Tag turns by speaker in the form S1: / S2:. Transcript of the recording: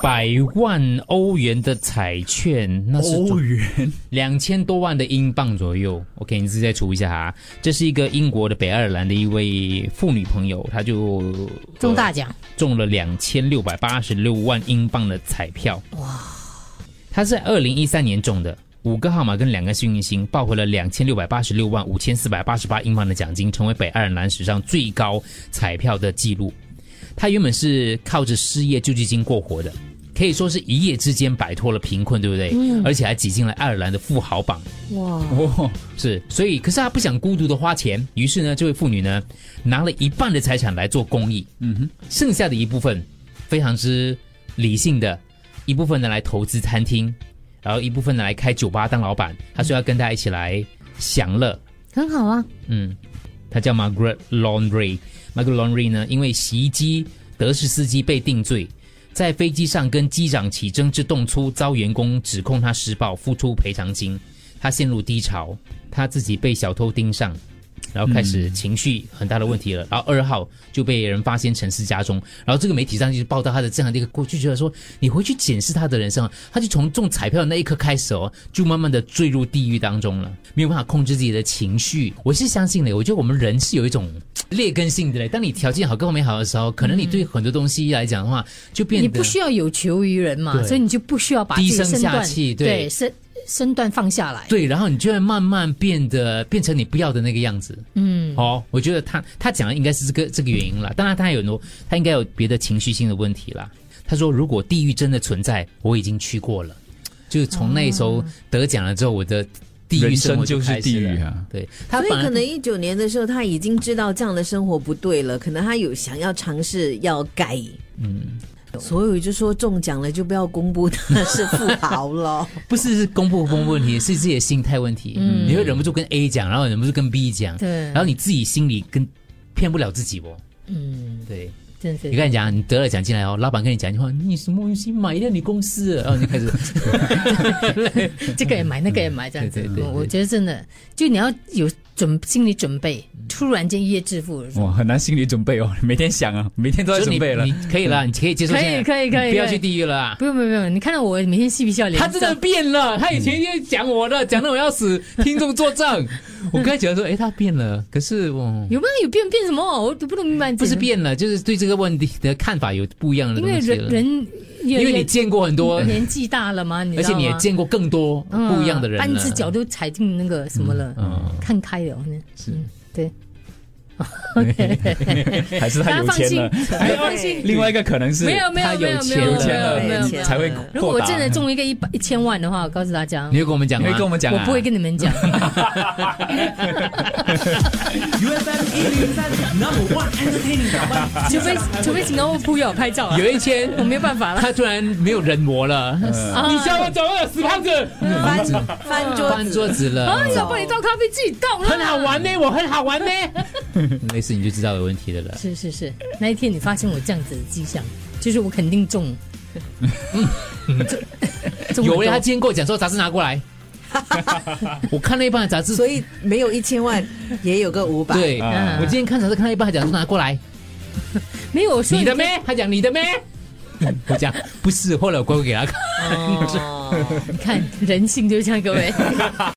S1: 百万欧元的彩券，那是
S2: 欧元，
S1: 两千多万的英镑左右。OK，你自己再除一下哈。这是一个英国的北爱尔兰的一位妇女朋友，她就呃
S3: 中大奖，
S1: 中了两千六百八十六万英镑的彩票。哇！他是二零一三年中的，五个号码跟两个幸运星抱回了两千六百八十六万五千四百八十八英镑的奖金，成为北爱尔兰史上最高彩票的记录。他原本是靠着失业救济金过活的，可以说是一夜之间摆脱了贫困，对不对？而且还挤进了爱尔兰的富豪榜。
S3: 哇，
S2: 哦，
S1: 是，所以可是她不想孤独的花钱，于是呢，这位妇女呢，拿了一半的财产来做公益，嗯哼，剩下的一部分非常之理性的，一部分呢来投资餐厅，然后一部分呢来开酒吧当老板，她说要跟大家一起来享乐，
S3: 很好啊，
S1: 嗯，她叫 Margaret Laundry。Margaret Laundry 呢，因为袭击德式司机被定罪，在飞机上跟机长起争执动粗，遭员工指控她施暴，付出赔偿金。她陷入低潮，她自己被小偷盯上，然后开始情绪很大的问题了。然后二号就被人发现沉尸家中，然后这个媒体上就报道她的这样的一个过去，就觉得说你回去检视她的人生，她就从中彩票的那一刻开始哦，就慢慢的坠入地狱当中了，没有办法控制自己的情绪。我是相信的，我觉得我们人是有一种劣根性的嘞。当你条件好、各方面好的时候，可能你对很多东西来讲的话，就变
S3: 你
S1: 得
S3: 不需要有求于人嘛，
S1: 对
S3: 所以你就不需要把自己
S1: 低声
S3: 身段
S1: 下气对
S3: 对身身段放下来，
S1: 对，然后你就会慢慢变得变成你不要的那个样子。嗯，哦，我觉得他他讲的应该是这个这个原因啦。当然，他还有很多，他应该有别的情绪性的问题啦。他说，如果地狱真的存在，我已经去过了。就是从那时候得奖了之后，我的地狱
S2: 人
S1: 生
S2: 生
S1: 活
S2: 就是
S1: 开始
S2: 地狱
S1: 了。
S2: 啊！
S1: 对他
S4: 所以
S1: 本来
S4: 可能一九年的时候，他已经知道这样的生活不对了，可能他有想要尝试要改。嗯，所以就说中奖了就不要公布他是富豪了。
S1: 不是是公布不公布问题，是自己的心态问题。
S4: 嗯
S1: 你会忍不住跟 A 讲，然后忍不住跟 B 讲，
S3: 对
S1: 然后你自己心里跟骗不了自己哦。嗯，对。
S3: 真的
S1: 你跟你讲，你得了奖进来哦，老板跟你讲一句话，你什么东西买掉你公司了，然后你就开始
S3: 这个也买，那个也买，这样子
S1: 嗯对对对，对
S3: 我我觉得真的，就你要有准心理准备，
S1: 嗯
S3: 突然间一夜致富，
S2: 哇，很难心理准备哦， 每天想啊，每天都在
S1: 所以
S2: 准
S1: 你
S2: 备了
S1: 你。可以了，你嗯可以接受
S3: 可
S1: 现在，
S3: 以可以可以，
S1: 不要
S3: 可以
S1: 去地狱了啊。
S3: 不用不用不用，你看到我每天嬉皮笑脸，
S1: 他真的变了，他以前也讲我的，讲的我要死，听众作 证。我刚才讲说，诶，哎他变了，可是我
S3: 有没有有变变什么？我都不能明白，
S1: 不是，变了，就是对这个问题的看法有不一样的
S3: 因为
S1: 东西
S3: 人
S1: 了。
S3: 人因
S1: 因为你见过很多，
S3: 年纪大了嘛，你
S1: 而
S3: 知
S1: 且
S3: 道
S1: 你也
S3: 吗
S1: 见过更多
S3: 嗯
S1: 不一样的人了。
S3: 半只脚都踩进那个什么了，
S1: 嗯
S3: 看开了，嗯
S2: 是
S3: 对，
S2: 还是他有
S3: 放
S2: 钱
S3: 心，
S2: 了。
S3: 大家放心，
S2: 另外一个可能是
S3: 没有没有
S1: 他
S3: 没
S1: 有
S3: 有没
S1: 钱
S3: 有
S2: 有钱
S3: 没有没有
S2: 了
S3: 没有
S2: 才会
S3: 如果
S2: 豁
S3: 我
S2: 达
S3: 真的中一个一百一千万的话，我告诉大家
S1: 你，会跟我们讲
S2: 你
S1: 吗？
S2: 会跟我们讲
S3: 我
S2: 啊？
S3: 不会跟你 们讲。
S5: UFM 一零三 Number One Entertaining 台湾
S3: 除非除非请到我朋友拍照啊，
S1: 啊 有一天
S3: 我没有办法了。
S1: 他突然没有人模 了，
S3: 啊
S1: 你叫我走了，死胖子，
S4: 翻翻桌
S1: 翻
S4: 子，
S1: 桌子了
S3: 啊，，要不你倒咖啡自己倒啦，
S1: 很好。啊玩呢，我很好玩呢。 类似你就知道有问题的了。
S3: 是是是，那一天你发现我这样子的迹象，就是我肯定中。中
S1: 有嘞，他
S3: 了，
S1: 今天跟我讲说杂志拿过 来，我看了一半的杂志，
S4: 所以没有一千万也有个五百。
S1: 对
S2: 啊
S1: 我今天看杂志看到一半，他讲说拿过来，
S3: 没有我说
S1: 你的咩？他讲你的咩？ 嗯我讲不是，后来我乖乖给他看。
S4: 哦。
S3: 你看人性就是这样，各位。